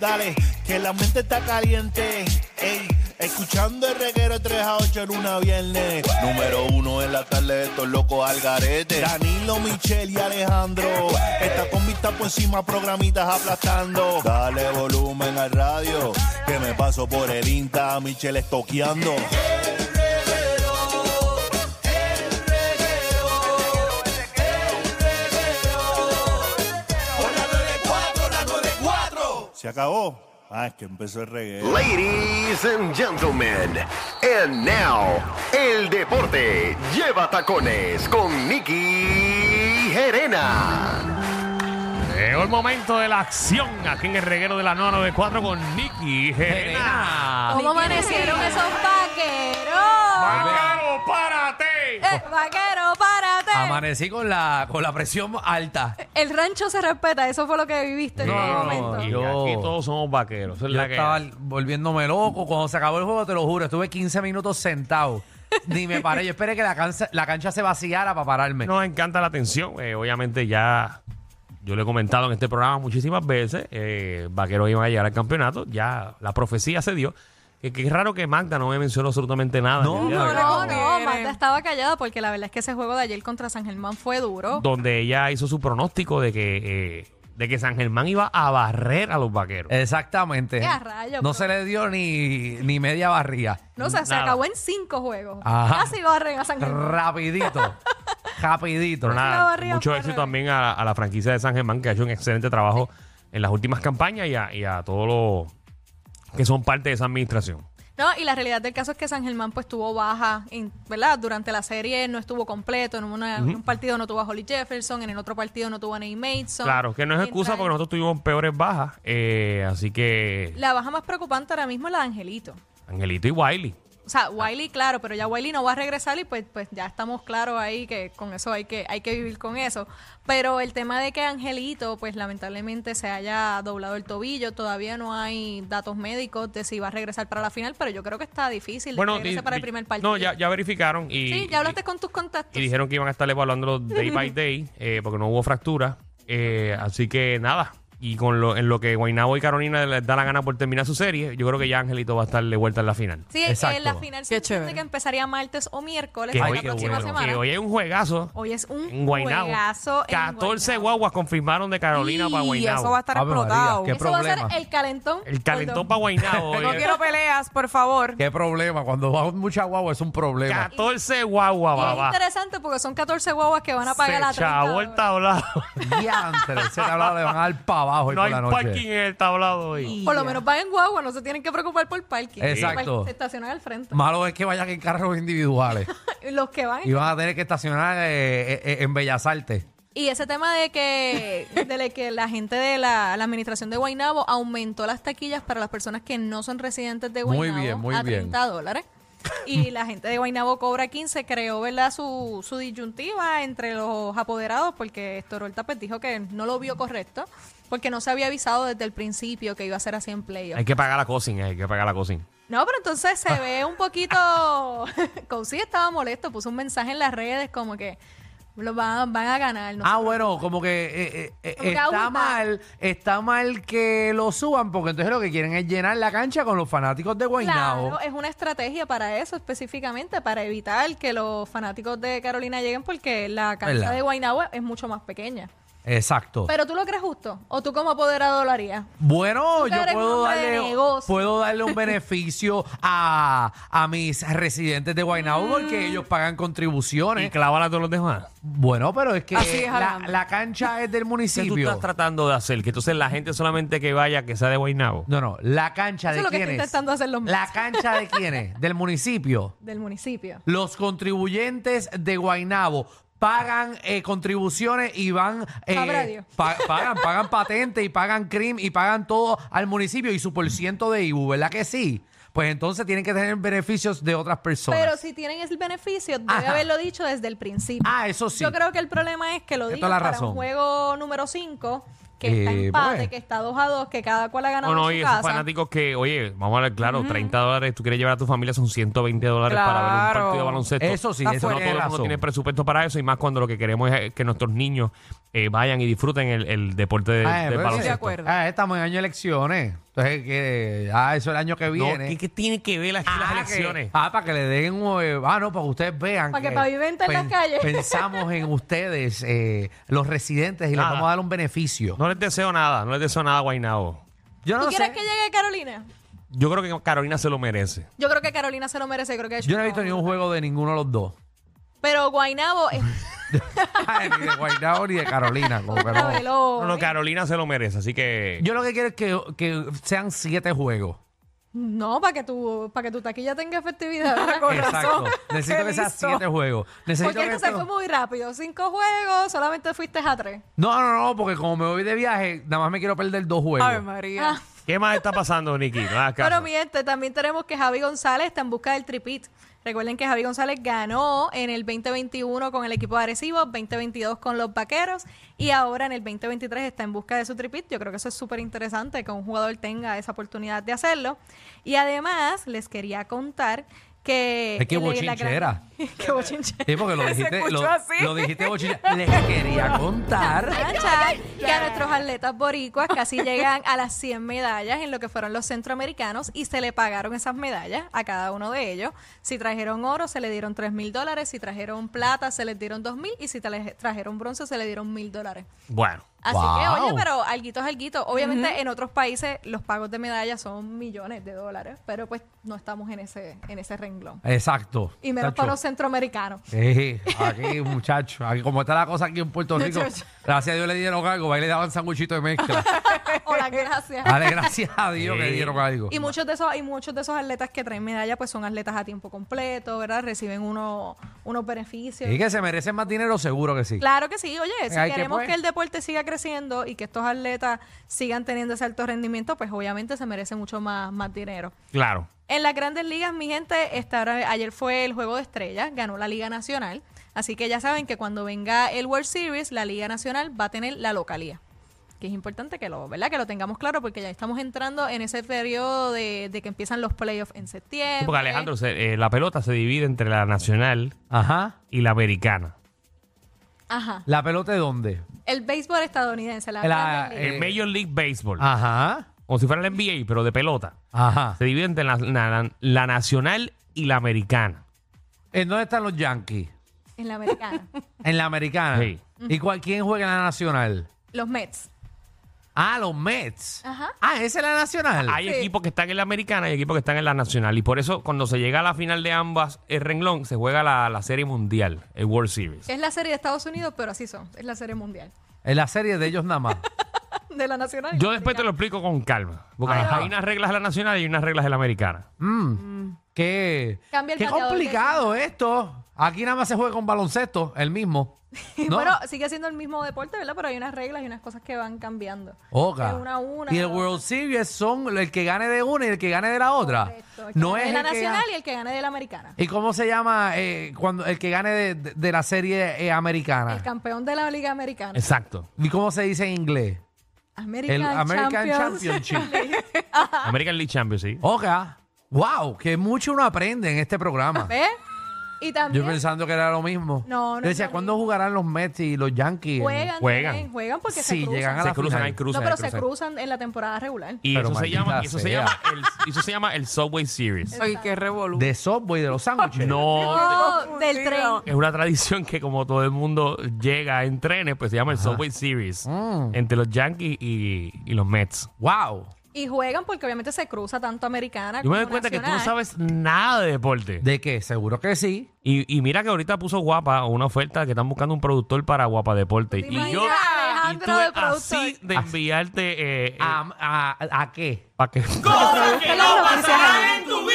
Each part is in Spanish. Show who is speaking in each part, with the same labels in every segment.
Speaker 1: Dale, que la mente está caliente. Ey, escuchando el reguero 3 a 8 en una viernes.
Speaker 2: Número uno en la tarde de estos locos al garete.
Speaker 1: Danilo, Michelle y Alejandro. Esta combita por encima, programitas aplastando.
Speaker 2: Dale volumen al radio, que me paso por el Insta, Michelle estoqueando.
Speaker 1: Se acabó. Ah, es que empezó el reguero.
Speaker 3: Ladies and gentlemen, and now, el deporte lleva tacones con Nicky Gerena.
Speaker 4: Llegó el momento de la acción aquí en el reguero de la 994 con Nicky
Speaker 5: Ah.
Speaker 4: Gerena.
Speaker 6: ¿Cómo amanecieron esos vaqueros?
Speaker 4: ¡Vaquero, párate!
Speaker 6: Eh, vaquero, párate.
Speaker 5: Amanecí con la, con la presión alta.
Speaker 6: El rancho se respeta, eso fue lo que viviste en
Speaker 4: No,
Speaker 6: ese
Speaker 4: no,
Speaker 6: momento.
Speaker 4: no, y
Speaker 5: Yo-
Speaker 4: aquí todos somos vaqueros. Eso es
Speaker 5: Yo
Speaker 4: la que
Speaker 5: estaba
Speaker 4: hay.
Speaker 5: volviéndome loco. Cuando se acabó el juego, te lo juro, estuve 15 minutos sentado. Ni me paré. Yo esperé que la cancha, la cancha se vaciara para pararme.
Speaker 4: Nos encanta la atención. eh, obviamente ya yo lo he comentado en este programa muchísimas veces. eh, vaqueros iban a llegar al campeonato. Ya la profecía se dio. Que, que es raro que Magda no me mencionó absolutamente nada. en el día de
Speaker 6: No,
Speaker 4: hoy,
Speaker 6: no, no,
Speaker 7: conviene.
Speaker 6: Magda estaba callada porque la verdad es que ese juego de ayer contra San Germán fue duro.
Speaker 4: Donde ella hizo su pronóstico de que, eh, de que San Germán iba a barrer a los vaqueros.
Speaker 5: Exactamente.
Speaker 6: ¡Qué a rayos,
Speaker 5: no
Speaker 6: bro!
Speaker 5: se le dio ni, ni media barría.
Speaker 6: No sé, se
Speaker 4: nada.
Speaker 6: acabó en cinco juegos.
Speaker 5: Ajá.
Speaker 6: Casi barren a San Germán.
Speaker 5: Rapidito. rapidito.
Speaker 4: Pero
Speaker 6: la
Speaker 4: nada,
Speaker 6: barriga
Speaker 4: mucho
Speaker 6: para
Speaker 4: éxito
Speaker 6: arriba.
Speaker 4: también a, a la franquicia de San Germán, que ha hecho un excelente trabajo en las últimas campañas y a, y a todos los que son parte de esa administración.
Speaker 6: No, y la realidad del caso es que San Germán pues tuvo baja, en- ¿verdad? Durante la serie no estuvo completo, en, una- en un partido no tuvo a Holly Jefferson, en el otro partido no tuvo a Nate Mason.
Speaker 4: Claro, que no es excusa
Speaker 6: Mientras-
Speaker 4: porque nosotros tuvimos peores bajas, eh, así que
Speaker 6: La baja más preocupante ahora mismo es la de Angelito.
Speaker 4: Angelito y Wiley.
Speaker 6: O sea, Wiley, claro, pero ya Wiley no va a regresar y pues, pues ya estamos claros ahí que con eso hay que, hay que vivir con eso. Pero el tema de que Angelito, pues lamentablemente se haya doblado el tobillo, todavía no hay datos médicos de si va a regresar para la final, pero yo creo que está difícil de que regrese
Speaker 4: di-
Speaker 6: para el
Speaker 4: di-
Speaker 6: primer partido.
Speaker 4: No, ya, ya verificaron y,
Speaker 6: sí, ya hablaste con tus contactos.
Speaker 4: y dijeron que iban a estar evaluándolo day by day eh, porque no hubo fractura. eh, así que nada. Y con lo, en lo que Guaynabo y Carolina les da la gana por terminar su serie, yo creo que ya Angelito va a estar de vuelta en la final.
Speaker 6: sí,
Speaker 5: Exacto.
Speaker 6: en la final se
Speaker 7: Qué
Speaker 6: supone
Speaker 7: chévere.
Speaker 6: que empezaría martes o miércoles
Speaker 4: que
Speaker 6: de
Speaker 4: hoy,
Speaker 6: la próxima
Speaker 4: que
Speaker 6: semana.
Speaker 4: hoy hay un juegazo
Speaker 6: Hoy es un
Speaker 4: en Guaynabo.
Speaker 6: juegazo en
Speaker 4: 14
Speaker 6: Guaynabo.
Speaker 4: guaguas confirmaron de Carolina para
Speaker 7: Y eso
Speaker 4: Guaynabo.
Speaker 7: va a estar
Speaker 5: Ave María,
Speaker 7: explotado.
Speaker 5: qué-
Speaker 6: Eso va a
Speaker 5: problema.
Speaker 6: ser el calentón.
Speaker 4: El calentón para Guaynabo.
Speaker 7: No
Speaker 4: oye.
Speaker 7: quiero peleas, por favor.
Speaker 5: Qué problema. Cuando va mucha guagua es un problema.
Speaker 4: 14 guaguas,
Speaker 6: Y es
Speaker 4: babá.
Speaker 6: interesante porque son 14 guaguas que van a pagar la
Speaker 4: Se chavó el tablado.
Speaker 5: Diantre. Ese tablado le van a dar para abajo hoy
Speaker 4: No
Speaker 5: por
Speaker 4: hay
Speaker 5: la noche.
Speaker 4: parking en el tablado hoy.
Speaker 6: Por lo menos van en guagua, no se tienen que preocupar por parking. Pues,
Speaker 5: Exacto.
Speaker 6: Se estacionan al frente.
Speaker 5: Malo es que vayan en carros individuales.
Speaker 6: Los que van.
Speaker 5: y van a tener que estacionar eh, eh, eh, en Bellas Artes.
Speaker 6: Y ese tema de que, de la- que la gente de la, la administración de Guaynabo aumentó las taquillas para las personas que no son residentes de
Speaker 5: Muy
Speaker 6: Guaynabo
Speaker 5: bien, muy
Speaker 6: a
Speaker 5: bien.
Speaker 6: 30 dólares. Y la gente de Guaynabo cobra 15, creó ¿verdad? Su, su disyuntiva entre los apoderados, porque Héctor Tapet dijo que no lo vio correcto, porque no se había avisado desde el principio que iba a ser así en playoff.
Speaker 4: Hay que pagar la cocina, hay que pagar la cocina.
Speaker 6: No, pero entonces
Speaker 5: Ah.
Speaker 6: se ve un poquito. Cousy estaba molesto, puso un mensaje en las redes como que los van, van a ganar. No
Speaker 5: Ah, bueno, como que eh, eh, eh,
Speaker 6: Como que
Speaker 5: está
Speaker 6: abusar.
Speaker 5: mal, está mal que lo suban, porque entonces lo que quieren es llenar la cancha con los fanáticos de Guaynabo.
Speaker 6: Claro, es una estrategia para eso específicamente, para evitar que los fanáticos de Carolina lleguen porque la cancha
Speaker 5: ¿Verdad?
Speaker 6: de Guaynabo es mucho más pequeña.
Speaker 5: Exacto.
Speaker 6: Pero tú lo crees justo, o tú como apoderado lo harías.
Speaker 5: bueno,
Speaker 6: Tú
Speaker 5: yo
Speaker 6: eres un
Speaker 5: puedo
Speaker 6: hombre de
Speaker 5: darle,
Speaker 6: negocio.
Speaker 5: puedo darle un beneficio a, a mis residentes de Guaynabo
Speaker 6: Mm.
Speaker 5: porque ellos pagan
Speaker 4: Y
Speaker 5: contribuciones.
Speaker 4: clavar a todos los demás.
Speaker 5: Bueno, pero es que
Speaker 7: Así es,
Speaker 5: la,
Speaker 7: Alan.
Speaker 5: la cancha es del
Speaker 4: ¿Qué tú
Speaker 5: municipio.
Speaker 4: estás tratando de hacer? Que entonces la gente solamente que vaya, que sea de Guaynabo.
Speaker 5: No, no, la cancha
Speaker 6: Eso
Speaker 5: de
Speaker 6: es lo que
Speaker 5: quién
Speaker 6: está
Speaker 5: es?
Speaker 6: intentando hacer los
Speaker 5: La cancha de quién es? Del municipio.
Speaker 6: del municipio.
Speaker 5: Los contribuyentes de Guainabo pagan eh, contribuciones y van... eh,
Speaker 6: Sabrá Dios.
Speaker 5: pa- pagan, pagan patente y pagan CRIM y pagan todo al municipio y su por ciento de IBU, ¿verdad que sí? Pues entonces tienen que tener beneficios de otras personas.
Speaker 6: Pero si tienen el beneficio, debe
Speaker 5: Ajá.
Speaker 6: haberlo dicho desde el principio.
Speaker 5: Ah, eso sí.
Speaker 6: Yo creo que el problema es que lo
Speaker 5: Tienes
Speaker 6: digan
Speaker 5: toda la
Speaker 6: para
Speaker 5: razón.
Speaker 6: un juego número 5, que está
Speaker 5: Eh,
Speaker 6: empate,
Speaker 5: pues.
Speaker 6: que está 2 a 2, que cada cual ha ganado
Speaker 4: Oh, No, no,
Speaker 6: en
Speaker 4: y
Speaker 6: su
Speaker 4: esos
Speaker 6: casa.
Speaker 4: fanáticos que, oye, vamos a hablar claro, 30 dólares, tú quieres llevar a tu familia, son 120 dólares para ver un
Speaker 7: Claro.
Speaker 4: partido de baloncesto.
Speaker 5: Eso sí,
Speaker 7: Está
Speaker 5: eso
Speaker 4: no
Speaker 5: no
Speaker 4: todo el
Speaker 7: fuera
Speaker 5: tiene
Speaker 4: mundo
Speaker 5: razón.
Speaker 4: tiene presupuesto para eso y más cuando lo que queremos es eh, que nuestros niños eh, vayan y disfruten el, el deporte de,
Speaker 5: Ah,
Speaker 4: del
Speaker 5: pero-
Speaker 4: baloncesto.
Speaker 7: de acuerdo.
Speaker 5: Ah, estamos en año de elecciones. Entonces, que, ah, eso el año que
Speaker 4: No,
Speaker 5: viene.
Speaker 4: ¿qué, qué tiene que ver aquí las
Speaker 5: Ah,
Speaker 4: elecciones?
Speaker 5: que- ah, para que le den. eh, ah, no, para que ustedes vean.
Speaker 6: Para que pavimenten las calles.
Speaker 5: Pensamos en ustedes, eh, los residentes, y les
Speaker 4: Nada.
Speaker 5: vamos a dar un beneficio.
Speaker 4: No les deseo nada, no les deseo nada, Guainao.
Speaker 5: Yo
Speaker 6: ¿Tú
Speaker 5: no
Speaker 6: quieres
Speaker 5: sé.
Speaker 6: que llegue Carolina?
Speaker 4: Yo creo que Carolina se lo merece.
Speaker 6: Yo creo que Carolina se lo merece. Creo que ha hecho
Speaker 5: Yo no he visto
Speaker 6: un
Speaker 5: ni
Speaker 6: trabajo
Speaker 5: un juego de ninguno de los dos.
Speaker 6: brutal. Pero Guainabo es
Speaker 5: Ay, ni de Guaynabo ni de Carolina. como que no.
Speaker 4: No, no, Carolina se lo merece, así que.
Speaker 5: Yo lo que quiero es que, que sean siete juegos.
Speaker 6: No, para que tu, para que tu taquilla tenga efectividad. ¿verdad?
Speaker 5: Exacto. Necesito
Speaker 6: Qué
Speaker 5: que sean
Speaker 6: listo.
Speaker 5: siete juegos. Necesito
Speaker 6: Porque
Speaker 5: que
Speaker 6: esto se
Speaker 5: esto-
Speaker 6: fue muy rápido. Cinco juegos, solamente fuiste a tres.
Speaker 5: No, no, no, porque como me voy de viaje, nada más me quiero perder dos juegos.
Speaker 7: Ave María.
Speaker 6: Ah,
Speaker 4: ¿Qué más está pasando, Nicky? No hagas caso.
Speaker 6: pero miente, también tenemos que Javi González está en busca del tripit. Recuerden que Javi González ganó en el 2021 con el equipo de Arecibo, 2022 con los Vaqueros y ahora en el 2023 está en busca de su tripit. Yo creo que eso es súper interesante que un jugador tenga esa oportunidad de hacerlo. Y además les quería contar que...
Speaker 5: Ay, qué
Speaker 6: en la- en la
Speaker 5: bochinchera.
Speaker 6: gran- qué bochinchera.
Speaker 5: Sí, porque lo
Speaker 7: Se
Speaker 5: dijiste,
Speaker 7: escuchó
Speaker 5: lo,
Speaker 7: así.
Speaker 5: lo dijiste bochilla. Les quería contar.
Speaker 6: plancha, que a nuestros atletas boricuas casi llegan a las 100 medallas en lo que fueron los centroamericanos y se le pagaron esas medallas a cada uno de ellos. Si trajeron oro, se le dieron 3 mil dólares, si trajeron plata, se les dieron 2 mil y si tra- trajeron bronce, se le dieron mil dólares.
Speaker 4: Bueno.
Speaker 6: Así que,
Speaker 5: Wow.
Speaker 6: oye, pero alguito es alguito. Obviamente, en otros países los pagos de medallas son millones de dólares, pero pues no estamos en ese, en ese renglón.
Speaker 5: Exacto.
Speaker 6: Y menos
Speaker 5: Tacho.
Speaker 6: para los centroamericanos.
Speaker 5: Sí, aquí, muchacho. Aquí, como está la cosa aquí en Puerto Rico, gracias a Dios le dieron algo. Ahí le daban sanguchito de mezcla.
Speaker 6: O las gracias.
Speaker 5: Dale, gracias a Dios que
Speaker 4: Sí.
Speaker 5: dieron algo.
Speaker 6: Y muchos de esos, y muchos de esos atletas que traen medalla, pues son atletas a tiempo completo, ¿verdad? Reciben uno, unos beneficios.
Speaker 5: Y que se merecen más dinero, seguro que sí.
Speaker 6: Claro que sí, oye, si
Speaker 5: Hay que,
Speaker 6: queremos que,
Speaker 5: pues.
Speaker 6: el deporte siga creciendo y que estos atletas sigan teniendo ese alto rendimiento, pues obviamente se merece mucho más, más dinero.
Speaker 4: Claro.
Speaker 6: En las grandes ligas, mi gente, esta hora- ayer fue el juego de estrellas, ganó la Liga Nacional, así que ya saben que cuando venga el World Series, la Liga Nacional va a tener la localía. Que es importante que lo, ¿verdad? que lo tengamos claro porque ya estamos entrando en ese periodo de, de que empiezan los playoffs en septiembre.
Speaker 4: Porque Alejandro, se- eh, la pelota se divide entre la nacional
Speaker 5: Ajá.
Speaker 4: y la americana.
Speaker 6: Ajá.
Speaker 5: ¿La pelota de dónde?
Speaker 6: El béisbol estadounidense, la,
Speaker 5: La-
Speaker 6: Grandes
Speaker 5: Eh, Ah.
Speaker 4: El Major League Baseball.
Speaker 5: Ajá.
Speaker 4: Como si fuera la NBA, pero de pelota.
Speaker 5: Ajá.
Speaker 4: Se divide entre la, la- la nacional y la americana.
Speaker 5: ¿En dónde están los Yankees?
Speaker 6: Ligas, en la americana.
Speaker 5: En la americana.
Speaker 4: Sí.
Speaker 5: ¿Y cuál, quién juega en la nacional?
Speaker 6: los Mets.
Speaker 5: Ah, los Mets.
Speaker 6: Ajá.
Speaker 5: Ah, esa es la nacional.
Speaker 4: Hay equipos que están en la americana y equipos que están en la nacional. Y por eso, cuando se llega a la final de ambas, el renglón, se juega la, la serie mundial, el World Series.
Speaker 6: Es la serie de Estados Unidos, pero así son. Es la serie mundial.
Speaker 5: En la serie de ellos nada más.
Speaker 6: De la nacional. y
Speaker 4: Yo
Speaker 6: la
Speaker 4: después te lo
Speaker 6: americana.
Speaker 4: explico con calma. Porque
Speaker 5: Ajá.
Speaker 4: hay unas reglas de la nacional y unas reglas de la americana.
Speaker 5: Mm, Qué,
Speaker 6: Cambia el
Speaker 5: qué
Speaker 6: bateador de
Speaker 5: complicado esto. Aquí nada más se juega con baloncesto, el mismo.
Speaker 6: Y
Speaker 5: ¿No?
Speaker 6: Bueno, sigue siendo el mismo deporte, ¿verdad? Pero hay unas reglas y unas cosas que van cambiando.
Speaker 5: Oga.
Speaker 6: De una a una.
Speaker 5: y el World Series son el que gane de una y el que gane de la otra.
Speaker 6: Correcto. El que
Speaker 5: No
Speaker 6: gane
Speaker 5: es
Speaker 6: de la
Speaker 5: el que
Speaker 6: nacional
Speaker 5: gane-
Speaker 6: y el que gane de la americana.
Speaker 5: ¿Y cómo se llama eh, cuando el que gane de, de- de la serie eh, americana?
Speaker 6: El campeón de la liga americana.
Speaker 4: Exacto.
Speaker 5: ¿Y cómo se dice en inglés?
Speaker 6: American,
Speaker 5: el American
Speaker 6: Champions.
Speaker 5: Championship.
Speaker 6: Ah.
Speaker 4: American League Champions, sí.
Speaker 5: Oga. Wow, que mucho uno aprende en este programa.
Speaker 6: ¿Ves? Y
Speaker 5: Yo
Speaker 6: también
Speaker 5: pensando que era lo mismo.
Speaker 6: No, no
Speaker 5: Yo decía,
Speaker 6: es lo
Speaker 5: ¿cuándo
Speaker 6: mismo.
Speaker 5: jugarán los Mets y los Yankees?
Speaker 6: juegan.
Speaker 4: Juegan.
Speaker 6: también, juegan porque
Speaker 5: Sí,
Speaker 6: se cruzan.
Speaker 5: llegan a
Speaker 4: Se
Speaker 5: la
Speaker 4: cruzan,
Speaker 5: final.
Speaker 4: hay cruzan.
Speaker 6: no, pero
Speaker 4: hay
Speaker 6: se cruzan en la temporada regular.
Speaker 4: Y
Speaker 5: Pero
Speaker 4: eso se, llama,
Speaker 5: maldita
Speaker 4: eso se
Speaker 5: sea.
Speaker 4: llama el, eso se llama el Subway Series.
Speaker 7: Ay, qué revolú.
Speaker 5: De Subway, de los sándwiches.
Speaker 4: No,
Speaker 6: Oh,
Speaker 7: Qué
Speaker 6: del tren.
Speaker 7: confundido.
Speaker 4: es una tradición que como todo el mundo llega en trenes, pues se llama el Subway Series
Speaker 5: Mm.
Speaker 4: entre los Yankees y, y los Mets.
Speaker 5: Wow.
Speaker 6: Y juegan porque obviamente se cruza tanto americana
Speaker 4: Yo me doy
Speaker 6: como
Speaker 4: cuenta que tú no
Speaker 6: nacional.
Speaker 4: sabes nada de deporte.
Speaker 5: ¿De qué? Seguro que sí.
Speaker 4: y, y mira que ahorita puso Guapa una oferta que están buscando un productor para Guapa Deporte.
Speaker 6: ¿Te
Speaker 4: Y
Speaker 6: imaginas,
Speaker 4: yo
Speaker 6: Alejandro
Speaker 4: estuve
Speaker 6: de productor? Ah.
Speaker 4: así de enviarte eh,
Speaker 5: ¿A, a- a qué?
Speaker 4: para que...
Speaker 6: Busca las noticias ahí.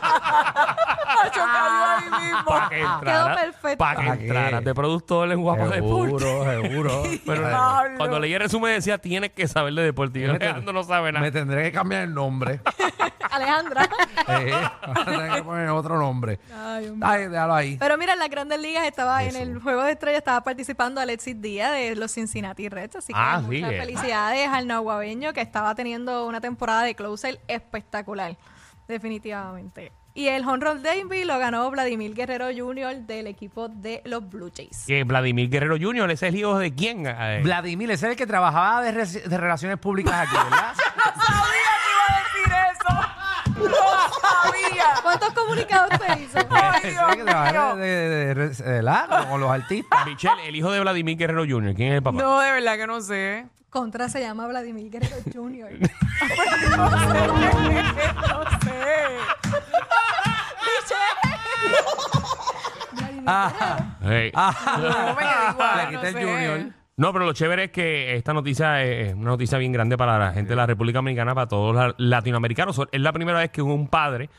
Speaker 7: Nacho cayó ahí mismo.
Speaker 4: Para que entraras
Speaker 6: Ah. perfecto.
Speaker 4: pa' que
Speaker 5: ¿Para qué?
Speaker 4: entraras Oh, de productor en Guapa Deporte.
Speaker 5: seguro.
Speaker 4: Pero
Speaker 5: Ay,
Speaker 7: Pablo.
Speaker 4: cuando leí el resumen decía, tienes que saber de deporte. Y yo,
Speaker 5: Me ten-
Speaker 4: Alejandro no sabe
Speaker 5: me
Speaker 4: nada.
Speaker 5: tendré que cambiar el nombre.
Speaker 6: Alejandra.
Speaker 5: Eh, ahora tendré que poner otro nombre.
Speaker 6: Ay, Dios mío.
Speaker 5: Ay, déjalo ahí.
Speaker 6: Pero mira, en las grandes ligas estaba en el juego de estrella, estaba participando Alexis Díaz de los Cincinnati Reds. Así que
Speaker 4: Ah,
Speaker 6: muchas
Speaker 4: sí, eh.
Speaker 6: felicidades al nahuabeño que estaba teniendo una temporada de closer espectacular, definitivamente. Y el Honron Derby lo ganó Vladimir Guerrero Jr. del equipo de los Blue Jays.
Speaker 4: Que Vladimir Guerrero Jr., ese es el hijo de quién? Eh,
Speaker 5: Vladimir, ese es el que trabajaba de, reci- de relaciones públicas aquí, ¿verdad?
Speaker 7: sabía que iba a decir eso. No
Speaker 6: ¿Cuántos comunicados te hizo?
Speaker 7: sabía.
Speaker 5: Ese es el que
Speaker 7: Ay,
Speaker 5: trabajaba
Speaker 7: Dios
Speaker 5: de,
Speaker 7: mío.
Speaker 5: de- de- ¿verdad? Como con los artistas.
Speaker 4: Michelle, el hijo de Vladimir Guerrero Jr., ¿quién es el papá?
Speaker 7: No, de verdad que no sé.
Speaker 6: Contra se llama Vladimir Guerrero Jr.
Speaker 7: No sé. No sé.
Speaker 6: Vladimir
Speaker 5: Ajá.
Speaker 4: Ey.
Speaker 7: No me da igual,
Speaker 5: Le
Speaker 7: no
Speaker 5: quita el
Speaker 7: sé.
Speaker 5: Junior.
Speaker 4: No, pero lo chévere es que esta noticia es una noticia bien grande para la gente de la República Dominicana, para todos los latinoamericanos. Es la primera vez que un padre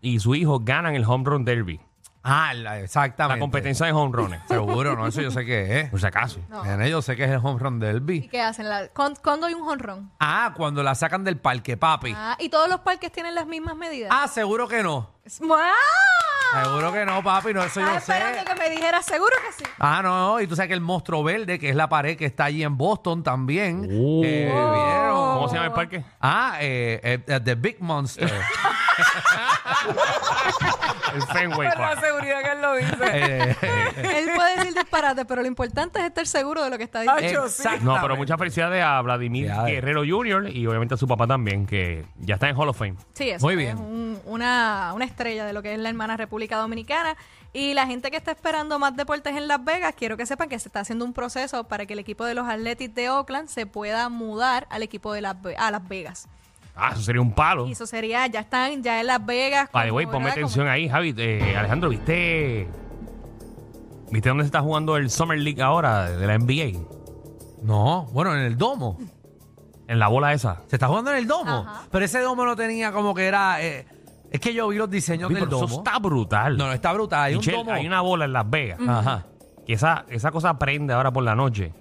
Speaker 4: y su hijo ganan el Home Run Derby,
Speaker 5: Ah, la- exactamente.
Speaker 4: la competencia de home runs,
Speaker 5: Seguro, no, eso yo sé que es.
Speaker 4: por si acaso.
Speaker 6: No.
Speaker 5: En ellos sé que es el home run
Speaker 6: ¿Y
Speaker 5: derby.
Speaker 6: qué hacen? La- ¿Cuán- ¿Cuándo hay un honrón?
Speaker 5: Ah, cuando la sacan del parque, papi.
Speaker 6: Ah, ¿Y todos los parques tienen las mismas medidas?
Speaker 5: Ah, seguro que no.
Speaker 6: ¡Mua!
Speaker 5: Seguro que no, papi, no, eso
Speaker 6: Estaba
Speaker 5: yo sé.
Speaker 6: esperando Ah, que me dijera, seguro que sí.
Speaker 5: Ah, no, y tú sabes que el monstruo verde, que es la pared que está allí en Boston también.
Speaker 4: Oh.
Speaker 5: eh,
Speaker 6: Oh.
Speaker 5: vieron.
Speaker 4: ¿Cómo se llama el parque?
Speaker 5: Ah, eh, eh, eh, The Big Monster.
Speaker 4: El Fenway
Speaker 7: Con la
Speaker 4: Park.
Speaker 7: seguridad que él lo dice.
Speaker 5: Eh,
Speaker 6: Él puede decir disparate, pero lo importante es estar seguro de lo que está diciendo.
Speaker 7: Ay, yo sí.
Speaker 5: exactamente.
Speaker 4: No, pero muchas felicidades a Vladimir
Speaker 5: Felicidades.
Speaker 4: Guerrero Jr. y obviamente a su papá también, que ya está en Hall of Fame.
Speaker 6: Sí, eso
Speaker 5: Muy
Speaker 6: es
Speaker 5: bien.
Speaker 6: un- una, una estrella de lo que es la hermana República Dominicana. Y la gente que está esperando más deportes en Las Vegas, quiero que sepan que se está haciendo un proceso para que el equipo de los Athletics de Oakland se pueda mudar al equipo de las, Ve- a Las Vegas.
Speaker 4: Ah, eso sería un palo.
Speaker 6: Y eso sería, ya están ya en Las Vegas.
Speaker 4: Vale,
Speaker 6: como,
Speaker 4: güey, ponme
Speaker 6: ¿verdad?
Speaker 4: atención ahí, Javi. Eh, Alejandro, ¿viste? ¿Viste dónde se está jugando el Summer League ahora de la NBA?
Speaker 5: no, bueno, en el domo.
Speaker 4: En la bola esa.
Speaker 5: Se está jugando en el domo.
Speaker 6: Ajá.
Speaker 5: Pero ese domo no tenía como que era. eh, es que yo vi los diseños
Speaker 4: Oye,
Speaker 5: del
Speaker 4: pero
Speaker 5: domo.
Speaker 4: eso está brutal.
Speaker 5: No, no, está brutal. Hay
Speaker 4: Michelle,
Speaker 5: un domo.
Speaker 4: hay una bola en Las Vegas.
Speaker 5: Ajá.
Speaker 4: Que esa, esa cosa prende ahora por la noche.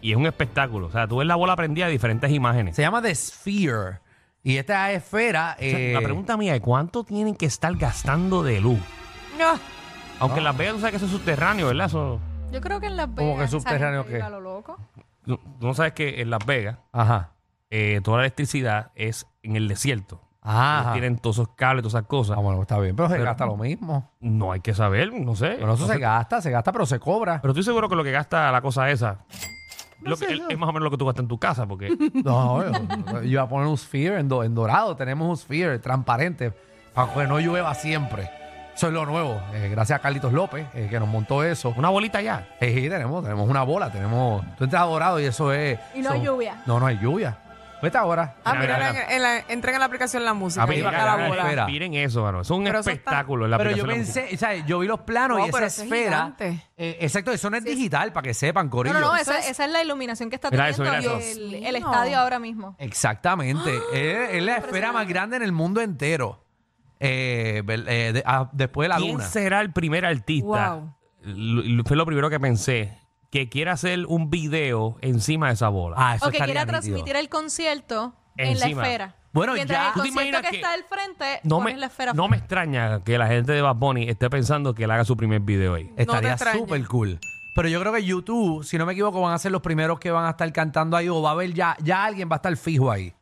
Speaker 4: Y es un espectáculo. O sea, tú ves la bola prendida de diferentes imágenes.
Speaker 5: Se llama The Sphere. Y esta esfera.
Speaker 4: O sea,
Speaker 5: eh,
Speaker 4: la pregunta mía es: ¿cuánto tienen que estar gastando de luz?
Speaker 7: No.
Speaker 4: Aunque
Speaker 5: Ah.
Speaker 4: en Las Vegas tú sabes que eso es subterráneo, ¿verdad? Eso,
Speaker 6: Como- Yo creo que en Las Vegas.
Speaker 5: Como que
Speaker 6: esa
Speaker 5: subterráneo,
Speaker 6: gente vive
Speaker 5: ¿qué?
Speaker 6: a lo loco.
Speaker 4: tú tú no sabes que en Las Vegas
Speaker 5: Ajá.
Speaker 4: eh, toda la electricidad es en el desierto.
Speaker 5: Ajá.
Speaker 4: Tienen todos esos cables, todas esas cosas.
Speaker 5: Ah, bueno, está bien, pero se
Speaker 4: Pero-
Speaker 5: gasta lo mismo.
Speaker 4: No hay que saber, no sé.
Speaker 5: Pero eso
Speaker 4: No
Speaker 5: se
Speaker 4: sé.
Speaker 5: gasta, se gasta, pero se cobra.
Speaker 4: Pero estoy seguro que lo que gasta la cosa esa lo que- es, es más o menos lo que tú gastas en tu casa, porque
Speaker 5: No, yo, yo iba a poner un sphere en, do- en dorado. Tenemos un sphere transparente para que no llueva siempre. Eso es lo nuevo. Eh, gracias a Carlitos López eh, que nos montó eso.
Speaker 4: una bolita ya.
Speaker 5: Eh, sí, tenemos, tenemos una bola, tenemos. Tú entras a dorado y eso es.
Speaker 6: Y no hay
Speaker 5: eso-
Speaker 6: lluvia.
Speaker 5: No, no hay lluvia. Vete ahora.
Speaker 7: Ah,
Speaker 4: Mira,
Speaker 7: mira,
Speaker 4: mira,
Speaker 7: en la- en la- entren en la aplicación la música.
Speaker 5: Ah,
Speaker 7: y
Speaker 5: mira,
Speaker 7: está
Speaker 5: mira,
Speaker 7: la
Speaker 5: mira,
Speaker 7: bola.
Speaker 5: mira.
Speaker 4: Miren eso, mano. Eso es un
Speaker 7: Pero eso está-
Speaker 4: espectáculo en la
Speaker 5: Pero yo
Speaker 4: aplicación de la
Speaker 5: pensé, o sea, yo vi los planos
Speaker 7: Wow,
Speaker 5: y
Speaker 7: pero
Speaker 5: esa
Speaker 7: eso es
Speaker 5: esfera.
Speaker 7: gigante.
Speaker 5: eh, exacto, eso no es digital, para que sepan,
Speaker 6: No,
Speaker 5: Corillo.
Speaker 6: no, no,
Speaker 7: Eso
Speaker 6: esa,
Speaker 7: es-
Speaker 6: esa es la iluminación que está
Speaker 4: Mira eso,
Speaker 6: teniendo
Speaker 4: mira
Speaker 7: eso.
Speaker 6: el,
Speaker 7: Dios
Speaker 6: el
Speaker 7: mío.
Speaker 6: estadio ahora mismo.
Speaker 5: Exactamente. es, es la esfera más grande en el mundo entero. Eh, vel- eh, de- ah, después de la
Speaker 4: ¿Quién
Speaker 5: luna.
Speaker 4: será el primer artista?
Speaker 7: Wow.
Speaker 4: L- l- Fue lo primero que pensé. Que quiera hacer un video encima de esa bola.
Speaker 5: Ah, eso
Speaker 6: O que
Speaker 5: estaría
Speaker 6: quiera
Speaker 5: nítido.
Speaker 6: transmitir el concierto en la
Speaker 4: Encima.
Speaker 6: esfera.
Speaker 5: Bueno,
Speaker 6: Mientras
Speaker 5: ya.
Speaker 6: el
Speaker 4: ¿Tú te
Speaker 6: concierto
Speaker 4: imaginas
Speaker 6: que,
Speaker 4: que-
Speaker 6: está al frente,
Speaker 4: no,
Speaker 6: pones
Speaker 4: me,
Speaker 6: la esfera
Speaker 4: no me extraña que la gente de Bad Bunny esté pensando que él haga su primer video ahí.
Speaker 7: te
Speaker 5: Estaría
Speaker 7: extrañe.
Speaker 5: súper cool. Pero yo creo que YouTube, si no me equivoco, van a ser los primeros que van a estar cantando ahí o va a haber ya, ya alguien va a estar fijo ahí.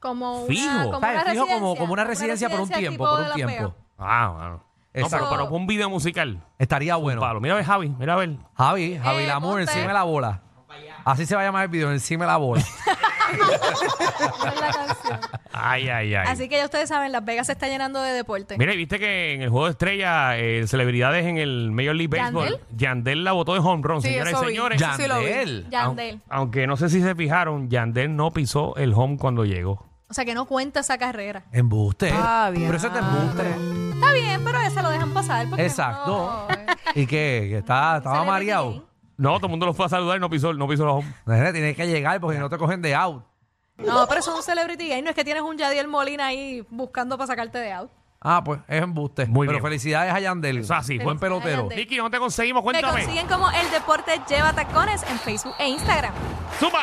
Speaker 6: Como
Speaker 4: Fijo.
Speaker 6: una, como
Speaker 5: ¿Sabes?
Speaker 6: una
Speaker 5: Fijo
Speaker 6: residencia.
Speaker 5: como, como una residencia por un
Speaker 6: residencia
Speaker 5: tiempo,
Speaker 6: tipo
Speaker 5: por
Speaker 6: de
Speaker 5: un
Speaker 6: Las
Speaker 5: tiempo.
Speaker 6: Vegas.
Speaker 4: Ah, mano. No,
Speaker 5: Exacto.
Speaker 4: pero, pero fue un video musical.
Speaker 5: Estaría bueno.
Speaker 4: Pablo, mira a ver, Javi, mira a ver.
Speaker 5: Javi, Javi
Speaker 6: Eh,
Speaker 5: Lamour,
Speaker 6: ponte.
Speaker 5: encima de la bola. Así se va a llamar el video, encima de la bola.
Speaker 6: Esa es la canción.
Speaker 4: Ay, ay, ay.
Speaker 6: Así que ya ustedes saben, Las Vegas se está llenando de deporte.
Speaker 4: Mira, y viste que en el juego de estrella, eh, celebridades en el Major League Baseball,
Speaker 6: ¿Yandel?
Speaker 4: ¿Yandel? la botó de home run,
Speaker 7: Sí,
Speaker 4: señoras
Speaker 7: eso
Speaker 4: y
Speaker 7: vi.
Speaker 4: señores.
Speaker 7: Ya. sí lo vi.
Speaker 5: Yandel.
Speaker 6: Yandel.
Speaker 4: Aunque no sé si se fijaron, Yandel no pisó el home cuando llegó.
Speaker 6: O sea que no cuenta esa carrera.
Speaker 5: Embuste.
Speaker 7: Ah, bien.
Speaker 5: Pero eso es de embuste.
Speaker 6: Está bien, pero ese lo dejan pasar. Porque
Speaker 5: Exacto.
Speaker 6: no, eh,
Speaker 5: ¿Y qué? ¿Que está, estaba
Speaker 6: celebrity
Speaker 5: mareado?
Speaker 6: game.
Speaker 4: No, todo el mundo lo fue a saludar y no pisó, no pisó el home.
Speaker 5: Nene, Tienes que llegar porque si no te cogen de out.
Speaker 6: No, pero eso es un celebrity game. No es que tienes un Yadiel Molina ahí buscando para sacarte de out.
Speaker 5: Ah, pues es embuste.
Speaker 4: Muy
Speaker 5: Pero
Speaker 4: bien.
Speaker 5: felicidades a Yandel.
Speaker 4: Eso así.
Speaker 5: Buen
Speaker 6: Felicidades a
Speaker 5: pelotero.
Speaker 6: Yandel.
Speaker 4: Nicky, ¿dónde te conseguimos?
Speaker 6: Me
Speaker 4: Cuéntame.
Speaker 6: consiguen como El Deporte Lleva Tacones en Facebook e Instagram.
Speaker 4: ¡Zumba!